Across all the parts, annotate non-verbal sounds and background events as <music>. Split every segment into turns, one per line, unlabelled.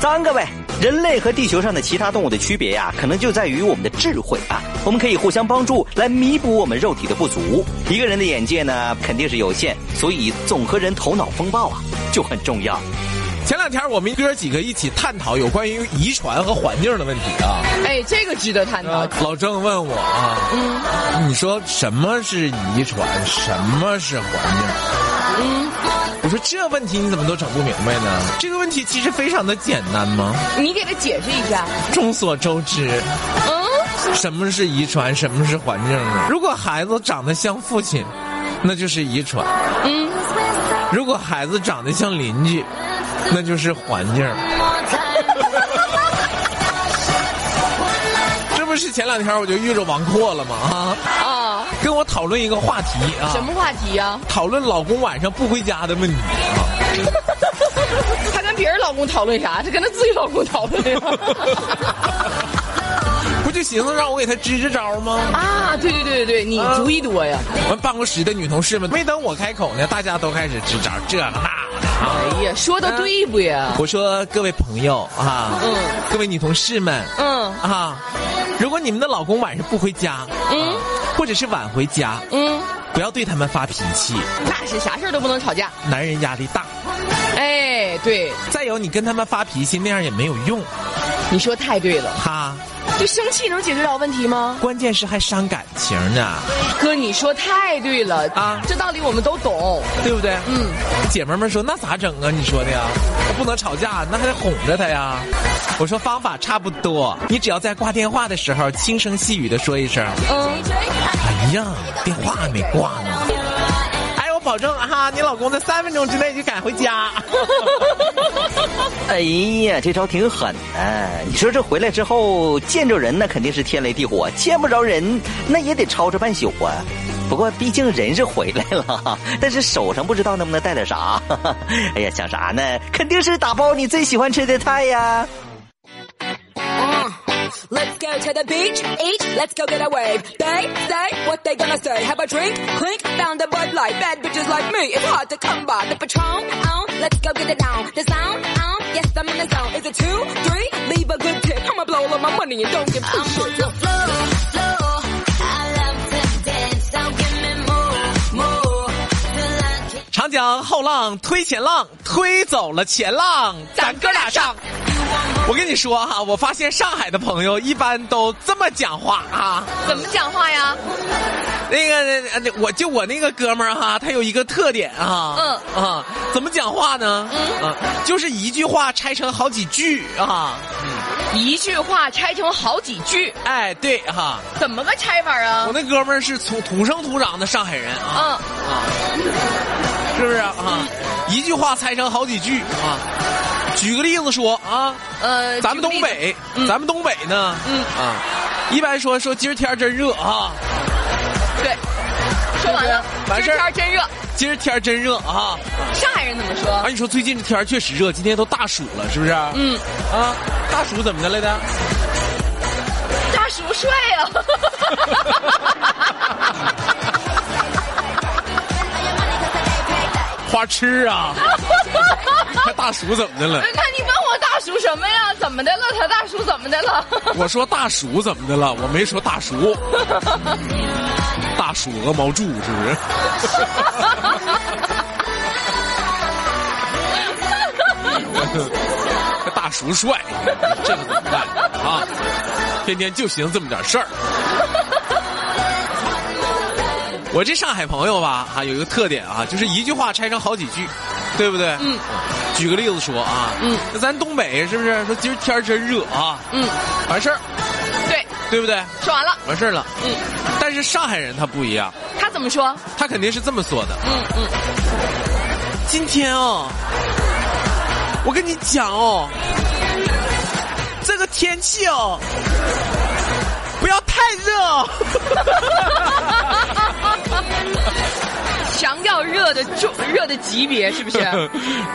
早安，各位！人类和地球上的其他动物的区别呀、可能就在于我们的智慧啊。我们可以互相帮助，来弥补我们肉体的不足。一个人的眼界呢，肯定是有限，所以总和人头脑风暴啊，就很重要。
前两天我们哥几个一起探讨有关于遗传和环境的问题啊。
哎，这个值得探讨。
老郑问我啊，你说什么是遗传，什么是环境？我说这问题你怎么都整不明白呢？这个问题其实非常的简单吗？
你给他解释一下。
众所周知，
嗯，
什么是遗传，什么是环境呢？如果孩子长得像父亲，那就是遗传；
嗯，
如果孩子长得像邻居，那就是环境。
<laughs>
这不是前两天我就遇着王阔了吗？啊，
啊，
跟我讨论一个话题啊，
什么话题呀、
讨论老公晚上不回家的问题啊。
她跟别人老公讨论啥？她跟她自己老公讨论呀。 <laughs>
不就寻思让我给他支支招吗？
啊，对对对对对，你主意多呀。
我们办公室的女同事们，没等我开口呢，大家都开始支招，这个那个的啊。
哎呀，说的对不呀？
我说各位朋友啊，
嗯
各位女同事们
嗯
啊，如果你们的老公晚上不回家，
嗯
啊或者是晚回家，
嗯，
不要对他们发脾气，
那是啥事儿都不能吵架。
男人压力大。
哎，对，
再有，你跟他们发脾气那样也没有用，
你说太对了。
哈，
就生气能解决了问题吗？
关键是还伤感情呢，
哥，你说太对了
啊
这道理我们都懂。
对不对？
嗯，
姐妹们说那咋整啊？你说的呀，不能吵架，那还得哄着他呀。我说方法差不多，你只要在挂电话的时候轻声细语的说一声
嗯，：“
哎呀，电话还没挂呢。”哎，我保证哈，你老公在三分钟之内就赶回 <laughs> 家。
哎呀，这招挺狠的。你说这回来之后见着人那肯定是天雷地火，见不着人那也得吵吵半宿啊。不过毕竟人是回来了， <laughs> 但是手上不知道能不能带点啥。 <laughs> 哎呀，想啥呢？肯定是打包你最喜欢吃的菜呀。
Uh, Let's go to the beach, each, let's go get a wave. They say what they gonna say. Have a drink, clink, found a Bud Light. Bad bitches like me, it's hard to come by. The Patron, on, let's go get it down. The sound, on, yes, I'm in the zone. Is it two, three? Leave a good tip. I'ma blow all of my money and don't give two shits.
dance, now give me more, more.
长江后浪推前浪，推走了前浪，咱哥俩上。我跟你说哈、我发现上海的朋友一般都这么讲话啊。
怎么讲话呀？
那个，呃我就我那个哥们儿哈，他有一个特点啊，
嗯
啊，怎么讲话呢？嗯、啊，就是一句话拆成好几句啊，
一句话拆成好几句，
哎，对哈、
怎么个拆法啊
我？那哥们儿是从土生土长的上海人啊，
嗯，
是不是啊？一句话拆成好几句啊。举个例子说啊，
呃，
咱们东北，咱们东北呢，
嗯
啊，一般说说今儿天儿真热啊，
对，说完了，
完事
这
儿
天儿真热。
今儿天儿真热啊。
上海人怎么
啊，
说？
你说最近这天儿确实热，今天都大暑了，是不是？
嗯，
啊，大暑怎么的来着？
大叔帅啊呀、
花痴啊！还大叔怎么的了？
<laughs> 那你问我大叔什么呀？怎么的了？他大叔怎么的了？
<laughs> 我说大叔怎么的了？我没说大叔，大叔鹅毛柱是不是？这 <laughs> 大叔帅，这个怎么办啊？天天就寻思这么点事儿。我这上海朋友吧，啊，有一个特点啊，就是一句话拆成好几句，对不对？嗯。举个例子说啊，嗯，那咱东北是不是说今儿天儿真热啊？
嗯，
完事儿，
对，
对不对？
说完了。
完事儿了。
嗯，
但是上海人他不一样，
他怎么说？
他肯定是这么说的：
嗯嗯，
今天哦，我跟你讲哦，这个天气哦，不要太热哦。
啥强调热的种热的级别，是
<laughs>
不是？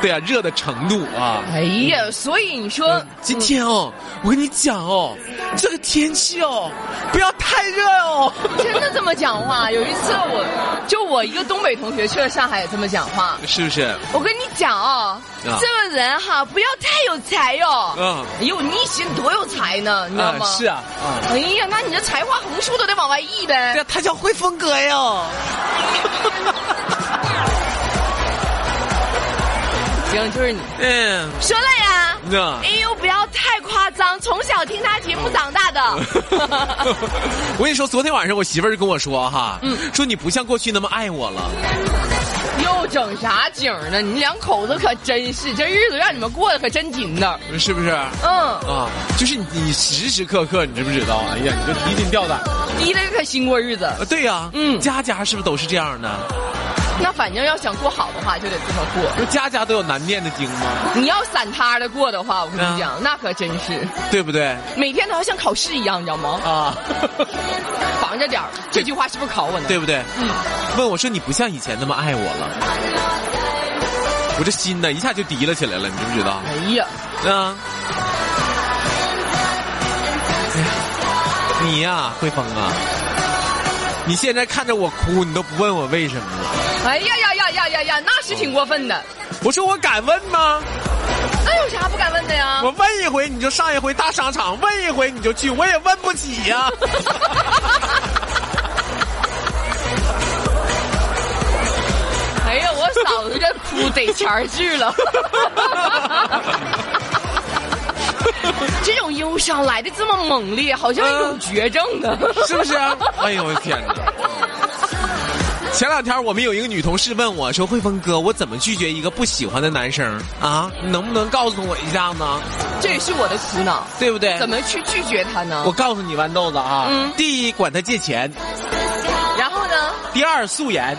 对啊，热的程度啊。
哎呀，所以你说
今天哦，我跟你讲哦，这个天气哦，不要太热哦。
真的这么讲话？有一次我就我一个东北同学去了上海，也这么讲话。
是不是？
我跟你讲啊、
嗯啊
这个人哈，不要太有才哟、
嗯
哎呦，你以前多有才呢，你知道
啊
吗？，
是。啊，啊。
哎呀，那你这才华横竖都得往外溢呗。
呀，他啊叫汇丰哥哟。
啊行，就是你
嗯，
说了呀。
那
哎呦，不要太夸张，从小听他节目长大的。
<laughs>
<laughs>
我跟你说，昨天晚上我媳妇儿跟我说哈，
嗯
说你不像过去那么爱我了。
又整啥景儿呢？你两口子可真是，这日子让你们过得可真紧的。
是不是？
嗯，
啊，就是你，你时时刻刻，你知不知道？哎呀，你这提心吊胆。
低的可新过日子。
啊，对呀、
嗯
家家是不是都是这样呢？
那反正要想过好的话，就得这么过。
不，家家都有难念的经吗？
你要散塌的过的话，我跟你讲，那可真是
对不对？
每天都要像考试一样，你知道吗？
啊， <laughs>
防着点儿，这句话是不是考我呢？
对不对？
嗯
问我说你不像以前那么爱我了，我这心呢一下就提了起来了，你知不知道？
哎呀，
啊。你呀、慧峰啊，你现在看着我哭，你都不问我为什么了。
哎呀呀呀呀呀呀，那是挺过分的。
我说我敢问吗？
那有啥不敢问的呀
我？问一回你就上一回大商场，问一回你就去，我也问不起
<laughs>
呀、
哎呀，我嫂子这哭得前儿去
<laughs>
了。这种忧伤来的这么猛烈，好像一种绝症呢。
是不是、啊？哎呦我的天哪！前两天我们有一个女同事问我说：“慧峰哥，我怎么拒绝一个不喜欢的男生啊？你能不能告诉我一下呢？
这也是我的苦恼，
对不对？
怎么去拒绝他呢
哎我？告诉你，豌豆子啊，
嗯
第一管他借钱，
然后呢？
第二素颜，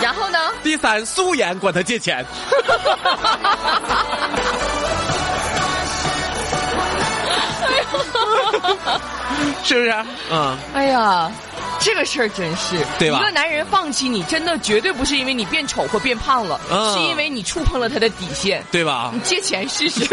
然后呢？
第三素颜管他借
<laughs>
钱。是不是？嗯，
哎呀，这个事儿真是，
对吧
一个男人放弃你，真的绝对不是因为你变丑或变胖了，
嗯
是因为你触碰了他的底线。
对吧
你？借钱试试，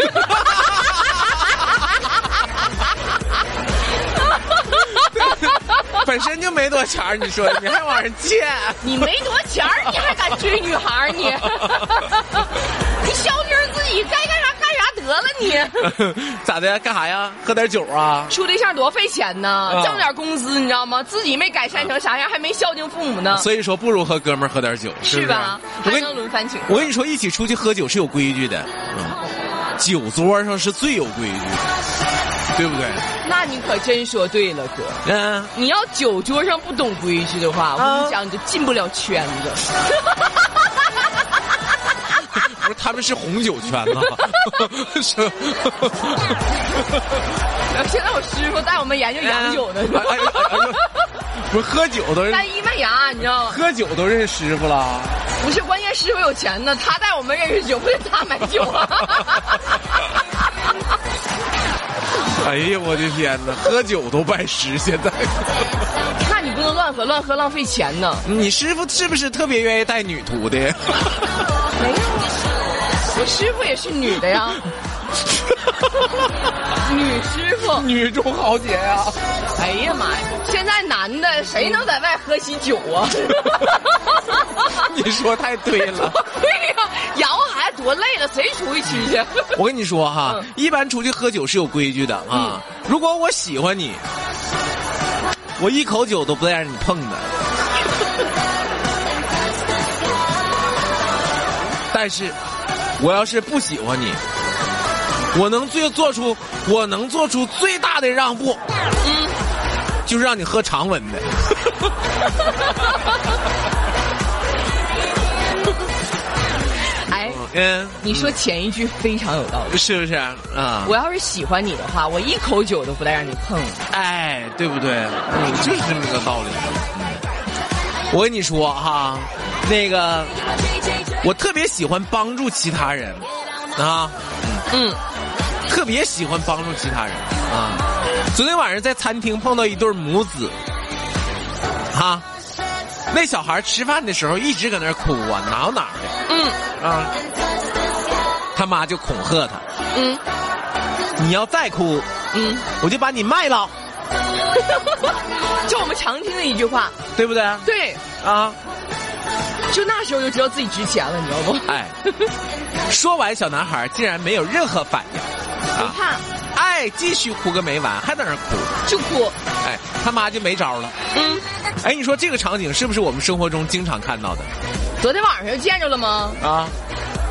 本身就没多钱儿，你说你还往上
<laughs>
借？
你没多钱儿，你还敢追女孩儿？你， <laughs> 你消停儿自己该干啥干啥得了你。
咋的？干啥呀？喝点酒啊？
处对象多费钱呢
啊，
挣点工资你知道吗？自己没改善成啥样，还没孝敬父母呢，
所以说，不如和哥们儿喝点酒，是不
嗯是吧？
我
还
跟
能轮番请客。
我跟你说，一起出去喝酒是有规矩的，嗯酒桌上是最有规矩的，对不对？
那你可真说对了，哥。
嗯、
你要酒桌上不懂规矩的话，我跟
啊
你讲，你就进不了圈子。
不是他们是红酒圈呐，是。
现在我师傅带我们研究洋酒 <laughs> 呢，
哎哎哎呦不是喝酒都认
单一麦芽，你知道吗？
喝酒都认师傅了，
不是，关键师傅有钱呢，他带我们认识酒，不是他买酒 <laughs> 啊。
哎呀我的天哪，喝酒都拜师现在。
那你不能乱喝，乱喝浪费钱呢。
你师傅是不是特别愿意带女徒弟？
我师傅也是女的呀，女师傅。
女中豪杰啊！
哎呀妈呀，现在男的谁能在外喝喜酒啊？ <laughs>
你说太对了。
对呀，养活孩子多累了，谁出去吃去？ <laughs>
我跟你说哈，
嗯
一般出去喝酒是有规矩的啊。如果我喜欢你，我一口酒都不带让你碰的。但是，我要是不喜欢你，我能最做出我能做出最大的让步，就是让你喝常温的。
哎，
嗯，
你说前一句非常有道理。
是不是啊？
我要是喜欢你的话，我一口酒都不带让你碰。
哎，对不对？嗯，就是这么个道理。嗯我跟你说哈，那个我特别喜欢帮助其他人啊，
嗯，
特别喜欢帮助其他人啊。昨天晚上在餐厅碰到一对母子，哈、那小孩吃饭的时候一直搁那儿哭啊，挠挠的
嗯
啊，他妈就恐吓他
嗯：“
你要再哭，
嗯， <laughs>
我就把你卖了，
就我们常听的一句话，
对不对？”
对，
啊，
就那时候就知道自己值钱了，你知道不？
哎，说完，小男孩竟然没有任何反应，
不
啊，
怕
哎，继续哭个没完，还在那儿哭，
就哭，
哎，他妈就没招了。
嗯，
哎，你说这个场景是不是我们生活中经常看到的
昨天晚上就见着了吗？
啊？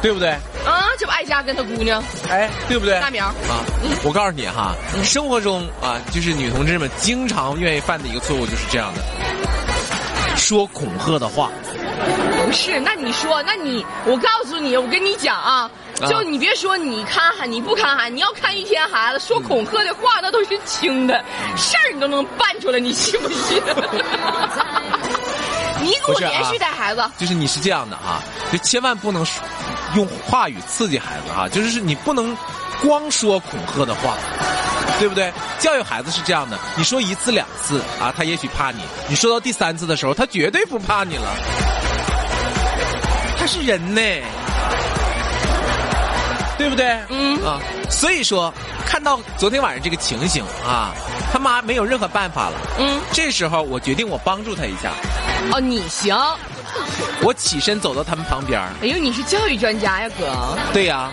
对不对？
啊，这不艾佳跟她姑娘
哎，对不对？
大苗，
啊，我告诉你哈，生活中啊，就是女同志们经常愿意犯的一个错误就是这样的，说恐吓的话。
不是？那你说，那你我告诉你，我跟你讲啊，
啊
就你别说你看孩，你不看孩，你要看一天孩子说恐吓的话，那都是轻的
嗯
事儿，你都能办出来，你信不信？ <laughs> 你给
不
我
是啊
连续带孩子，
就是你是这样的啊，就千万不能说用话语刺激孩子啊，就是你不能光说恐吓的话，对不对？教育孩子是这样的，你说一次两次啊，他也许怕你；你说到第三次的时候，他绝对不怕你了。他是人呢，对不对？
嗯
啊，所以说看到昨天晚上这个情形啊，他妈没有任何办法了。
嗯，
这时候我决定我帮助他一下，
哦，你行，
我起身走到他们旁边儿
哎呦，你是教育专家呀，哥，
对呀、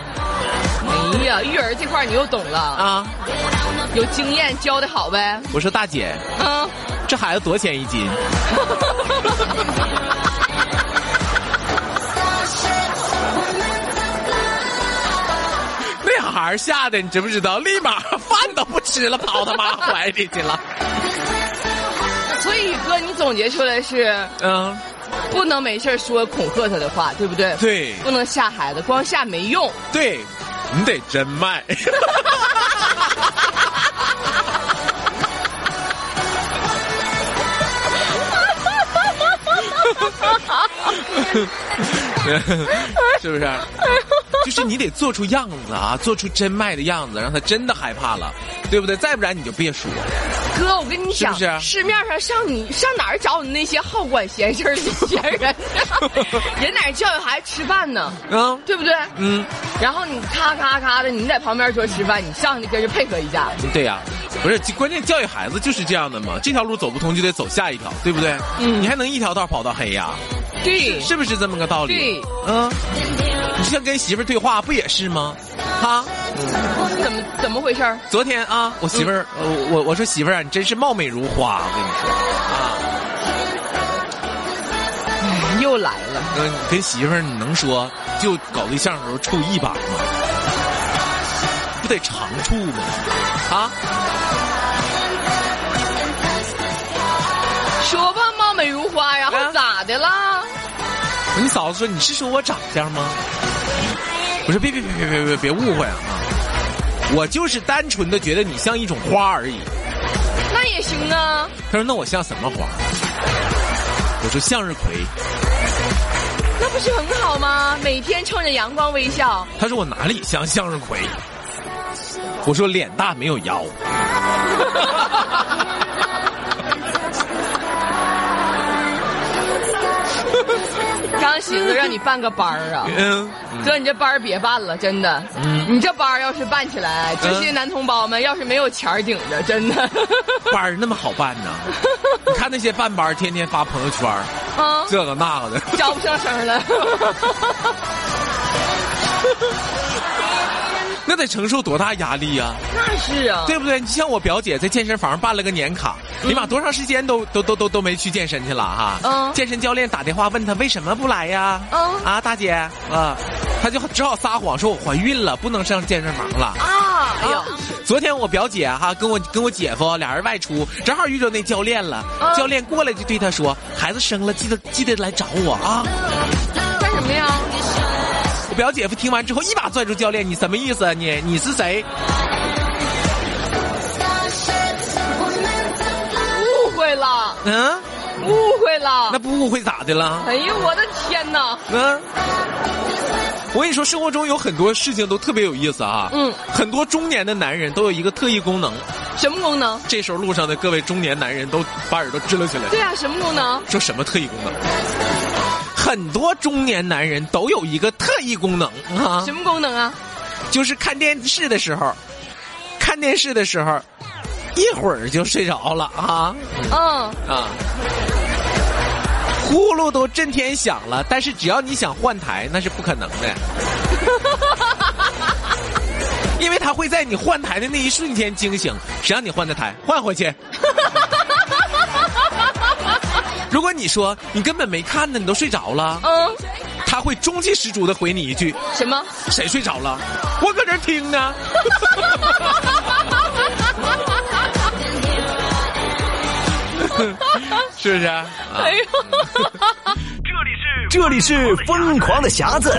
哎呀，育儿这块儿你又懂了
啊，
啊，有经验，教的好呗，
我说大姐，
嗯。
这孩子多少钱一斤？ <laughs> 那孩儿吓得你知不知道？立马饭都不吃了，跑他妈怀里去了。
所以哥，你总结出来是
嗯，
不能没事儿说恐吓他的话，对不对？
对
不能吓孩子，光吓没用。
对，你得真卖。 <laughs> 是不是？就是你得做出样子啊，做出真卖的样子，让他真的害怕了，对不对？再不然你就别说了。
哥，我跟你讲，
是不啊是
市面上上你上哪儿找你那些好管闲事儿的闲
<laughs>
人？人哪儿教育孩子吃饭呢？
嗯
对不对？
嗯，
然后你咔咔咔的，你在旁边说吃饭，你上去跟着配合一下。
对呀、不是，关键教育孩子就是这样的嘛，这条路走不通就得走下一条，对不对？
嗯
你还能一条道跑到黑呀、
对
是不是这么个道理？
对，
嗯，你像跟媳妇儿对话不也是吗？哈，
怎么怎么回事儿？
昨天啊，我媳妇儿，呃我我我说媳妇儿啊，你真是貌美如花，我跟你说，
又来了，
嗯，你跟媳妇儿你能说就搞对象的时候处一把吗？不得常处吗？啊，
说吧，貌美如花，然后
啊
咋的啦？
你嫂子说你是说我长相吗？我说别别别别别别别误会啊！啊我就是单纯的觉得你像一种花而已。
那也行啊。
他说那我像什么花？我说向日葵。
那不是很好吗？每天冲着阳光微笑，
他说我哪里像向日葵？
<laughs>
我说脸大没有腰。
刚寻思让你办个班儿啊。
嗯，
哥，你这班儿别办了，真的。你这班儿要是办起来，这些男同胞们要是没有钱儿顶着，真的。
班儿那么好办
<laughs>
呢？你看那些办班儿天天发朋友圈儿，
啊，
这个那个的。
<laughs> 招不上声儿了。
那得承受多大压力
<laughs>
呀、
那是啊。
对不对？你像我表姐在健身房办了个年卡，你妈多长时间都都都都都没去健身去了哈、
嗯
健身教练打电话问她为什么不来呀？
嗯
啊，大姐啊，她就只好撒谎说我怀孕了，不能上健身房了。
啊，哎呦，
昨天我表姐哈、跟我跟我姐夫俩人外出，正好遇着那教练了。
嗯
教练过来就对她说：“孩子生了，记得记得来找我啊。”
干什么呀？
我表姐夫听完之后一把拽住教练：“你什么意思啊？你你是谁？”
误会了，
嗯，
误会了
那。不误会咋的了？
哎呦，我的天哪！
嗯，我跟你说，生活中有很多事情都特别有意思啊。
嗯
很多中年的男人都有一个特异功能，
什么功能？
这时候路上的各位中年男人都把耳朵支棱起来，
对啊，什么功能？
说什么特异功能？很多中年男人都有一个特异功能啊，
什么功能啊？
就是看电视的时候，看电视的时候，一会儿就睡着了啊
嗯，
啊，呼噜都震天响了，但是只要你想换台，那是不可能的，因为它会在你换台的那一瞬间惊醒，谁让你换的台，换回去。如果你说你根本没看呢，你都睡着了，
嗯，
他会中气十足的回你一句
什么？：“
谁睡着了？我搁这儿听
<laughs>
呢。” <laughs> 是不是啊？
哎呦，
这里是疯狂的匣子，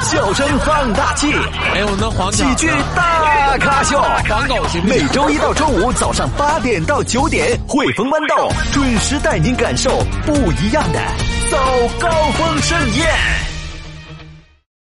笑声放大器，
哎我那黄
喜
角呢
剧大咖秀。
黄狗行不行
每周一到周五早上八点到九点，汇丰豌豆准时带您感受不一样的早高峰盛宴。